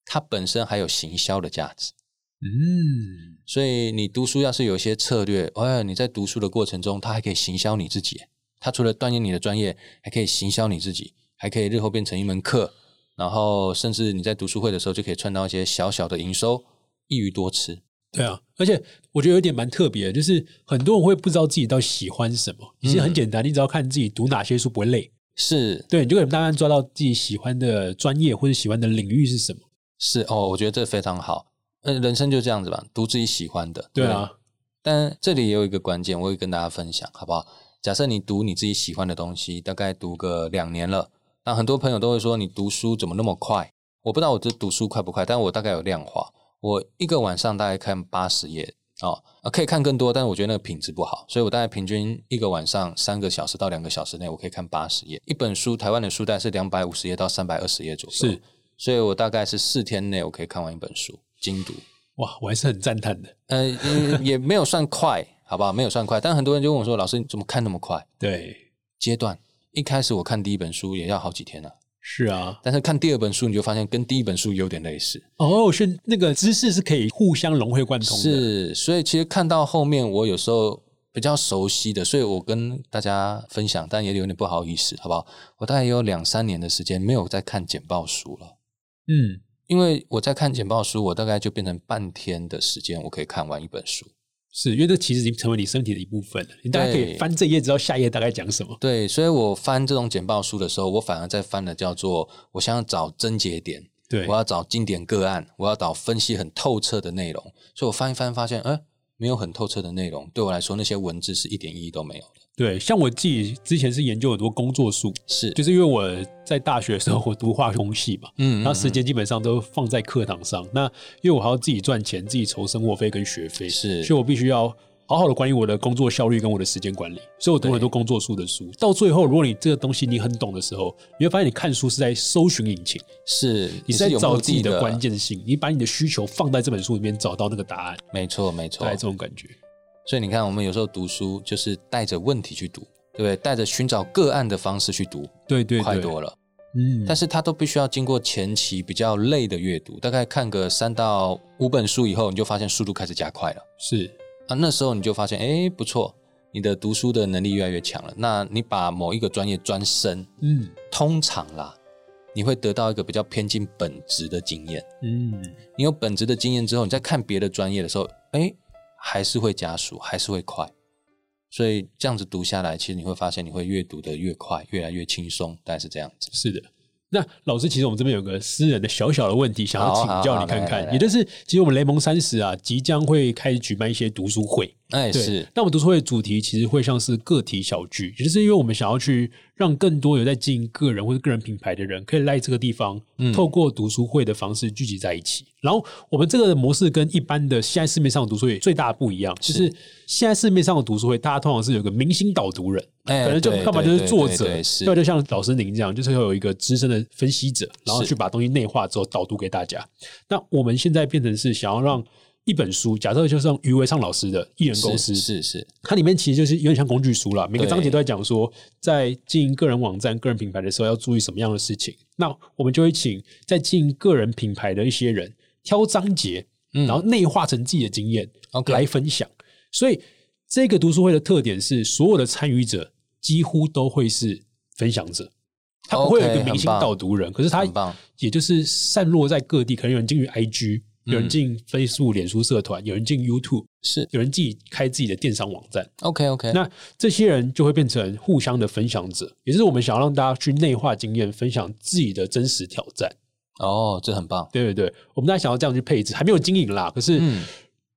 Speaker 1: 它本身还有行销的价值。
Speaker 3: 嗯，
Speaker 1: 所以你读书要是有一些策略，哎，你在读书的过程中，它还可以行销你自己。它除了锻炼你的专业，还可以行销你自己，还可以日后变成一门课，然后甚至你在读书会的时候就可以赚到一些小小的营收，一鱼多吃。
Speaker 3: 对啊，而且我觉得有一点蛮特别的，就是很多人会不知道自己到底喜欢什么。其实很简单，你只要看自己读哪些书不会累，
Speaker 1: 是
Speaker 3: 对，你就可以慢慢抓到自己喜欢的专业或者喜欢的领域是什么。
Speaker 1: 是哦，我觉得这非常好。嗯，人生就这样子吧，读自己喜欢的。
Speaker 3: 对啊，
Speaker 1: 但这里也有一个关键，我会跟大家分享，好不好？假设你读你自己喜欢的东西，大概读个两年了，那很多朋友都会说你读书怎么那么快？我不知道我这读书快不快，但我大概有量化，我一个晚上大概看八十页哦、啊，可以看更多，但是我觉得那个品质不好，所以我大概平均一个晚上三个小时到两个小时内，我可以看八十页。一本书，台湾的书大概是两百五十页到三百二十页左右，
Speaker 3: 是，
Speaker 1: 所以我大概是四天内我可以看完一本书，精读。
Speaker 3: 哇，我还是很赞叹的。
Speaker 1: 呃，也也没有算快，好不好？没有算快，但很多人就问我说：“老师，你怎么看那么快
Speaker 3: 对，？”
Speaker 1: 阶段一开始我看第一本书也要好几天呢、啊，
Speaker 3: 是啊，
Speaker 1: 但是看第二本书你就发现跟第一本书有点类似，
Speaker 3: 哦，是那个知识是可以互相融会贯通的。
Speaker 1: 是，所以其实看到后面我有时候比较熟悉的，所以我跟大家分享，但也有点不好意思，好不好？我大概也有两三年的时间没有在看简报书了。
Speaker 3: 嗯，
Speaker 1: 因为我在看简报书，我大概就变成半天的时间，我可以看完一本书。
Speaker 3: 是因为这其实已经成为你身体的一部分了。你大概可以
Speaker 1: 对
Speaker 3: 翻这页，知道下一页大概讲什么。
Speaker 1: 对，所以我翻这种简报书的时候，我反而在翻的叫做我想要找症结点，
Speaker 3: 对，
Speaker 1: 我要找经典个案，我要找分析很透彻的内容。所以我翻一翻，发现，哎，没有很透彻的内容，对我来说那些文字是一点意义都没有的。
Speaker 3: 对，像我自己之前是研究很多工作术，
Speaker 1: 是，
Speaker 3: 就是因为我在大学的时候我读化工系嘛，
Speaker 1: 嗯
Speaker 3: 然后时间基本上都放在课堂上。那因为我还要自己赚钱，自己筹生活费跟学费，
Speaker 1: 是
Speaker 3: 所以我必须要好好的管理我的工作效率跟我的时间管理。所以我读了很多工作术的书，到最后，如果你这个东西你很懂的时候，你会发现你看书是在搜寻引擎，
Speaker 1: 是，
Speaker 3: 你
Speaker 1: 是
Speaker 3: 是在
Speaker 1: 有
Speaker 3: 找
Speaker 1: 目
Speaker 3: 自己
Speaker 1: 的
Speaker 3: 的关，键性，你把你的需求放在这本书里面，找到那个答案，
Speaker 1: 没错没错
Speaker 3: 大概。这种感觉。
Speaker 1: 所以你看，我们有时候读书就是带着问题去读，对不对？带着寻找个案的方式去读，
Speaker 3: 对对
Speaker 1: 快
Speaker 3: 对，
Speaker 1: 多了。
Speaker 3: 嗯，
Speaker 1: 但是它都必须要经过前期比较累的阅读，大概看个三到五本书以后，你就发现速度开始加快了
Speaker 3: 是
Speaker 1: 啊。那时候你就发现，哎，不错，你的读书的能力越来越强了。那你把某一个专业专深，
Speaker 3: 嗯
Speaker 1: 通常啦，你会得到一个比较偏近本质的经验。
Speaker 3: 嗯，
Speaker 1: 你有本质的经验之后，你再看别的专业的时候，哎，还是会加速，还是会快。所以这样子读下来，其实你会发现你会越读得越快，越来越轻松，大概是这样子。
Speaker 3: 是的。那老师，其实我们这边有个私人的小小的问题，想要
Speaker 1: 好
Speaker 3: 请教
Speaker 1: 好
Speaker 3: 你
Speaker 1: 好
Speaker 3: 看
Speaker 1: 来来
Speaker 3: 看，
Speaker 1: 来
Speaker 3: 也就是，其实我们雷蒙三十啊，即将会开始举办一些读书会，
Speaker 1: 哎，
Speaker 3: 对
Speaker 1: 是，
Speaker 3: 那我们读书会的主题其实会像是个体小聚，也就是因为我们想要去让更多有在经营个人或者个人品牌的人，可以来这个地方，
Speaker 1: 嗯
Speaker 3: 透过读书会的方式聚集在一起。然后我们这个模式跟一般的现在市面上的读书会最大不一样，就是现在市面上的读书会，大家通常是有个明星导读人。
Speaker 1: 哎
Speaker 3: 可能就
Speaker 1: 对
Speaker 3: 干嘛
Speaker 1: 对
Speaker 3: 就是
Speaker 1: 对
Speaker 3: 作
Speaker 1: 对
Speaker 3: 者
Speaker 1: 对，是
Speaker 3: 对，就像老师您这样，就是会有一个资深的分析者，然后
Speaker 1: 是
Speaker 3: 去把东西内化之后导读给大家。那我们现在变成是想要让一本书，假设就是像余维畅老师的《艺人公司》，
Speaker 1: 是是是，
Speaker 3: 它里面其实就是有点像工具书啦，每个
Speaker 1: 对
Speaker 3: 章节都在讲说，在经营个人网站、个人品牌的时候要注意什么样的事情。那我们就会请在经营个人品牌的一些人挑章节，
Speaker 1: 嗯
Speaker 3: 然后内化成自己的经验
Speaker 1: OK
Speaker 3: 来分享。所以这个读书会的特点是，所有的参与者几乎都会是分享者，他不会有一
Speaker 1: OK，
Speaker 3: 个明星
Speaker 1: 很棒
Speaker 3: 导读人，可是他
Speaker 1: 很棒
Speaker 3: 也就是散落在各地，可能有人进于 IG，
Speaker 1: 嗯
Speaker 3: 有人进 Facebook、脸书社团，有人进 YouTube，
Speaker 1: 是
Speaker 3: 有人自己开自己的电商网站。
Speaker 1: OK OK。
Speaker 3: 那这些人就会变成互相的分享者，也就是我们想要让大家去内化经验，分享自己的真实挑战。
Speaker 1: 哦，这很棒。
Speaker 3: 对对对，我们大家想要这样去配置，还没有经营啦。可是，
Speaker 1: 嗯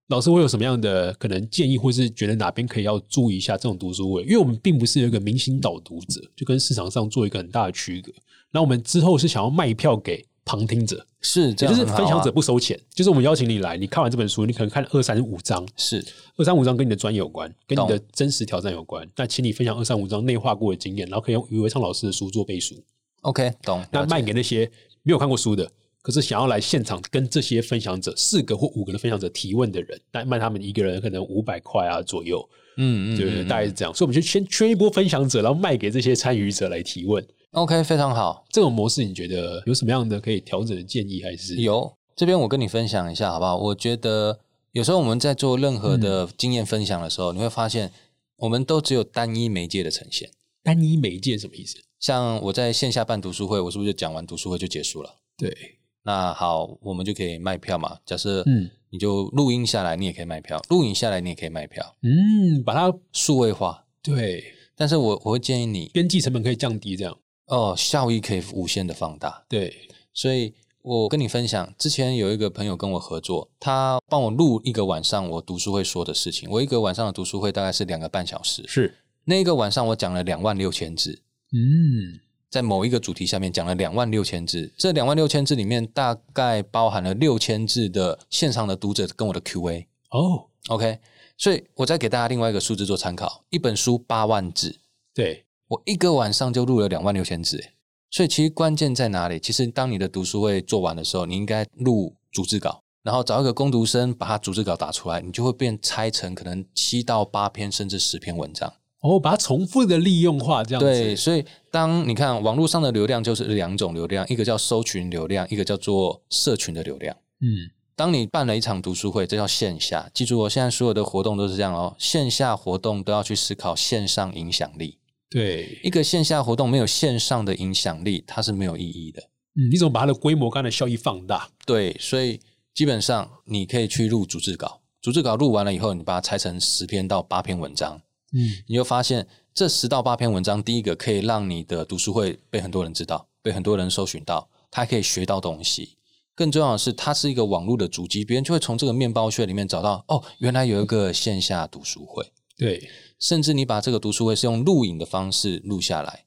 Speaker 3: 老师会有什么样的可能建议，或是觉得哪边可以要注意一下这种读书会？因为我们并不是有一个明星导读者，就跟市场上做一个很大的区隔。那我们之后是想要卖票给旁听者，
Speaker 1: 是，这
Speaker 3: 也
Speaker 1: 样
Speaker 3: 就
Speaker 1: 很
Speaker 3: 是
Speaker 1: 好
Speaker 3: 分享
Speaker 1: 啊
Speaker 3: 者不收钱，就是我们邀请你来，你看完这本书，你可能看二三五章，
Speaker 1: 是
Speaker 3: 二三五章跟你的专业有关，跟你
Speaker 1: 懂
Speaker 3: 的真实挑战有关。那请你分享二三五章内化过的经验，然后可以用余维昌老师的书做背书，
Speaker 1: OK，懂。
Speaker 3: 那
Speaker 1: 了解
Speaker 3: 卖给那些没有看过书的，可是想要来现场跟这些分享者四个或五个的分享者提问的人，那卖他们一个人可能五百块啊左右，
Speaker 1: 嗯嗯，
Speaker 3: 对不对？
Speaker 1: 嗯
Speaker 3: 大概是这样。所以我们就先圈一波分享者，然后卖给这些参与者来提问。
Speaker 1: OK，非常好。
Speaker 3: 这种模式你觉得有什么样的可以调整的建议？还是
Speaker 1: 有这边我跟你分享一下好不好？我觉得有时候我们在做任何
Speaker 3: 嗯
Speaker 1: 的经验分享的时候，你会发现我们都只有单一媒介的呈现。
Speaker 3: 单一媒介什么意思？
Speaker 1: 像我在线下办读书会，我是不是就讲完读书会就结束了？
Speaker 3: 对，
Speaker 1: 那好，我们就可以卖票嘛。假设
Speaker 3: 嗯
Speaker 1: 你就录音下来，你也可以卖票；录影下来，你也可以卖票。
Speaker 3: 嗯，把它
Speaker 1: 数位化，
Speaker 3: 对
Speaker 1: 但是我我会建议你
Speaker 3: 边际成本可以降低，这样
Speaker 1: 哦，效益可以无限的放大。
Speaker 3: 对，
Speaker 1: 所以我跟你分享，之前有一个朋友跟我合作，他帮我录一个晚上我读书会说的事情。我一个晚上的读书会大概是两个半小时，
Speaker 3: 是
Speaker 1: 那一个晚上我讲了两万六千字，
Speaker 3: 嗯
Speaker 1: 在某一个主题下面讲了两万六千字。这两万六千字里面大概包含了六千字的现场的读者跟我的 Q&A。
Speaker 3: 哦
Speaker 1: OK，所以我再给大家另外一个数字做参考：一本书八万字，
Speaker 3: 对
Speaker 1: 我一个晚上就录了两万六千字耶，所以其实关键在哪里？其实当你的读书会做完的时候，你应该录逐字稿，然后找一个攻读生把他逐字稿打出来，你就会变拆成可能七到八篇甚至十篇文章。
Speaker 3: 哦，把它重复的利用化，这样
Speaker 1: 对，
Speaker 3: 子
Speaker 1: 所以当你看网络上的流量就是两种流量，一个叫搜群流量，一个叫做社群的流量。
Speaker 3: 嗯
Speaker 1: 当你办了一场读书会，这叫线下。记住、哦，现在所有的活动都是这样哦，线下活动都要去思考线上影响力。
Speaker 3: 对
Speaker 1: 一个线下活动没有线上的影响力，它是没有意义的。
Speaker 3: 嗯，你怎么把它的规模刚才效益放大？
Speaker 1: 对，所以基本上你可以去录逐字稿，逐字稿录完了以后，你把它拆成十篇到八篇文章，
Speaker 3: 嗯
Speaker 1: 你就发现这十到八篇文章，第一个可以让你的读书会被很多人知道，被很多人搜寻到，他可以学到东西。更重要的是，它是一个网络的主机，别人就会从这个面包屑里面找到哦，原来有一个线下读书会。
Speaker 3: 对
Speaker 1: 甚至你把这个读书会是用录影的方式录下来，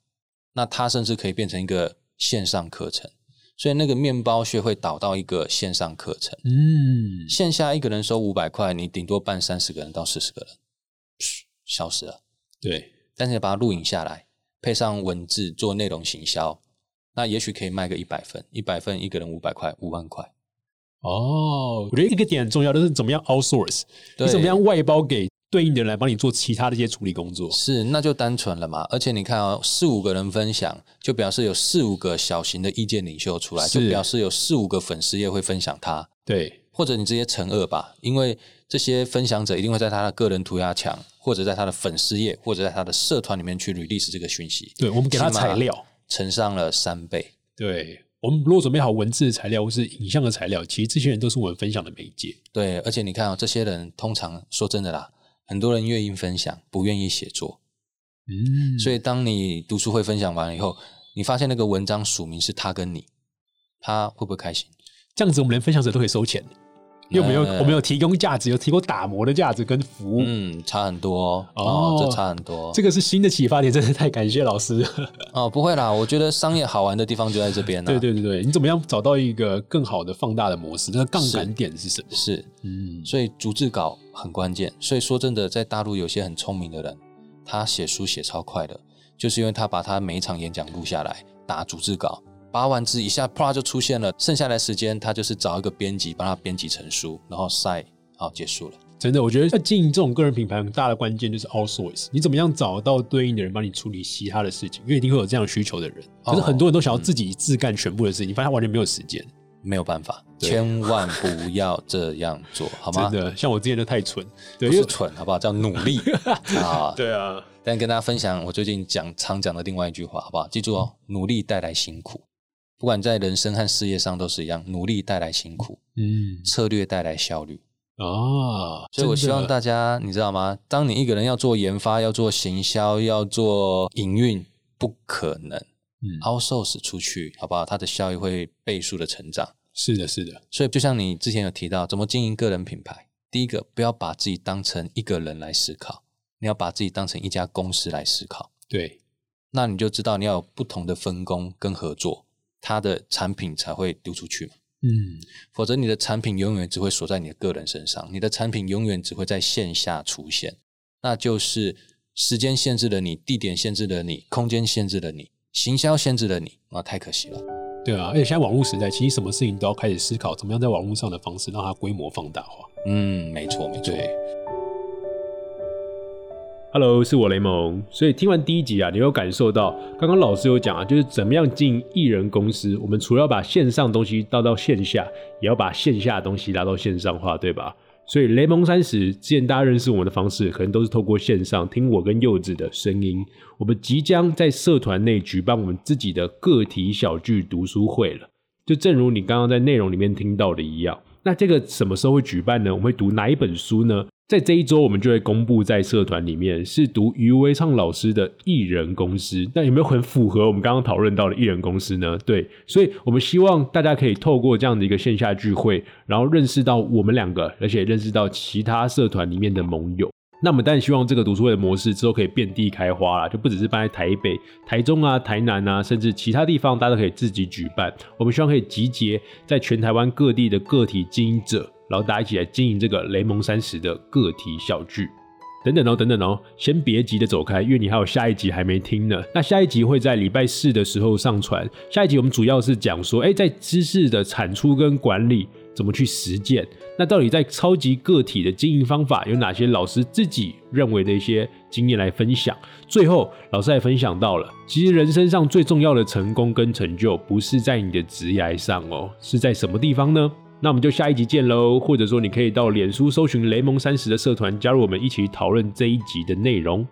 Speaker 1: 那它甚至可以变成一个线上课程。所以那个面包屑会导到一个线上课程，
Speaker 3: 嗯
Speaker 1: 线下一个人收五百块，你顶多办三十个人到四十个人，嘘消失了。
Speaker 3: 对
Speaker 1: 但是你把它录影下来，配上文字做内容行销，那也许可以卖个一百份，一百份一个人五百块，五万块。
Speaker 3: 哦，我觉得一个点很重要，就是怎么样 outsource，
Speaker 1: 对
Speaker 3: 你怎么样外包给对应的人来帮你做其他的一些处理工作？
Speaker 1: 是，那就单纯了嘛。而且你看哦，四五个人分享，就表示有四五个小型的意见领袖出来，就是表示有四五个粉丝也会分享他。
Speaker 3: 对
Speaker 1: 或者你直接乘二吧，因为这些分享者一定会在他的个人涂鸦墙，或者在他的粉丝页，或者在他的社团里面去 release 这个讯息，
Speaker 3: 对，我们给他
Speaker 1: 起码
Speaker 3: 材料。
Speaker 1: 乘上了三倍。
Speaker 3: 对我们如果准备好文字的材料或是影像的材料，其实这些人都是我们分享的媒介。
Speaker 1: 对，而且你看啊、这些人通常说真的啦，很多人愿意分享，不愿意写作。
Speaker 3: 嗯
Speaker 1: 所以当你读书会分享完了以后，你发现那个文章署名是他跟你，他会不会开心？
Speaker 3: 这样子，我们连分享者都可以收钱，因为我们有
Speaker 1: 呃
Speaker 3: 我们有提供价值，有提供打磨的价值跟服务。
Speaker 1: 嗯，差很多哦，
Speaker 3: 哦
Speaker 1: 这差很多。
Speaker 3: 这个是新的启发点，真的太感谢
Speaker 1: [LAUGHS]
Speaker 3: 老师。
Speaker 1: 哦，不会啦，我觉得商业好玩的地方就在这边啊啦。
Speaker 3: 对对对对，你怎么样找到一个更好的放大的模式？那个杠杆点是什么？
Speaker 1: 是，
Speaker 3: 嗯，
Speaker 1: 所以逐字稿很关键。所以说真的，在大陆有些很聪明的人，他写书写超快的，就是因为他把他每一场演讲录下来，打逐字稿，八万字一下啪就出现了。剩下来时间，他就是找一个编辑帮他编辑成书，然后晒，好结束了。
Speaker 3: 真的，我觉得要经营这种个人品牌，很大的关键就是 outsource。你怎么样找到对应的人帮你处理其他的事情？因为一定会有这样需求的人，可是
Speaker 1: 哦
Speaker 3: 很多人都想要自己自干全部的事情，你发现他完全没有时间。
Speaker 1: 没有办法，
Speaker 3: 对
Speaker 1: 千万不要这样做，好吗
Speaker 3: [LAUGHS] 真？的，像我之前就太蠢，
Speaker 1: 嗯
Speaker 3: 对，
Speaker 1: 不是
Speaker 3: 因为
Speaker 1: 蠢，好不好？叫努力
Speaker 3: [LAUGHS]
Speaker 1: 啊！
Speaker 3: 对啊，
Speaker 1: 但跟大家分享我最近讲常讲的另外一句话，好不好？记住哦，努力带来辛苦，不管在人生和事业上都是一样，努力带来辛苦，
Speaker 3: 嗯
Speaker 1: 策略带来效率。
Speaker 3: 啊，
Speaker 1: 所以我希望
Speaker 3: 家
Speaker 1: 大家，你知道吗？当你一个人要做研发、要做行销、要做营运，不可能
Speaker 3: 嗯，
Speaker 1: outsource 出去，好不好？它的效益会倍数的成长。
Speaker 3: 是的，是的，
Speaker 1: 所以，就像你之前有提到，怎么经营个人品牌，第一个不要把自己当成一个人来思考，你要把自己当成一家公司来思考。
Speaker 3: 对，
Speaker 1: 那你就知道你要有不同的分工跟合作，它的产品才会丢出去嘛。
Speaker 3: 嗯，
Speaker 1: 否则你的产品永远只会锁在你的个人身上，你的产品永远只会在线下出现，那就是时间限制了你，地点限制了你，空间限制了你，行销限制了你，那太可惜了。
Speaker 5: 对啊，而且现在网络时代，其实什么事情都要开始思考，怎么样在网络上的方式让它规模放大化。
Speaker 1: 嗯，没错没错。
Speaker 5: 对，
Speaker 3: Hello，是我雷蒙。所以听完第一集啊，你有感受到刚刚老师有讲啊，就是怎么样经营艺人公司，我们除了要把线上东西带到线下，也要把线下的东西拉到线上化，对吧？所以雷蒙三十之前大家认识我们的方式，可能都是透过线上听我跟柚子的声音。我们即将在社团内举办我们自己的个体小聚读书会了。就正如你刚刚在内容里面听到的一样，那这个什么时候会举办呢？我们会读哪一本书呢？在这一周，我们就会公布在社团里面是读余威畅老师的《艺人公司》。那有没有很符合我们刚刚讨论到的艺人公司呢？对，所以我们希望大家可以透过这样的一个线下聚会，然后认识到我们两个，而且认识到其他社团里面的盟友。那我们当然希望这个读书会的模式之后可以遍地开花啦，就不只是办在台北、台中啊、台南啊，甚至其他地方，大家都可以自己举办。我们希望可以集结在全台湾各地的个体经营者，然后大家一起来经营这个雷蒙三十的个体小聚。等等哦，等等哦，先别急着走开，因为你还有下一集还没听呢。那下一集会在礼拜四的时候上传。下一集我们主要是讲说，哎，在知识的产出跟管理怎么去实践。那到底在超级个体的经营方法有哪些老师自己认为的一些经验来分享？最后，老师还分享到了，其实人身上最重要的成功跟成就，不是在你的职涯上哦，是在什么地方呢？那我们就下一集见喽，或者说你可以到脸书搜寻雷蒙三十的社团，加入我们一起讨论这一集的内容。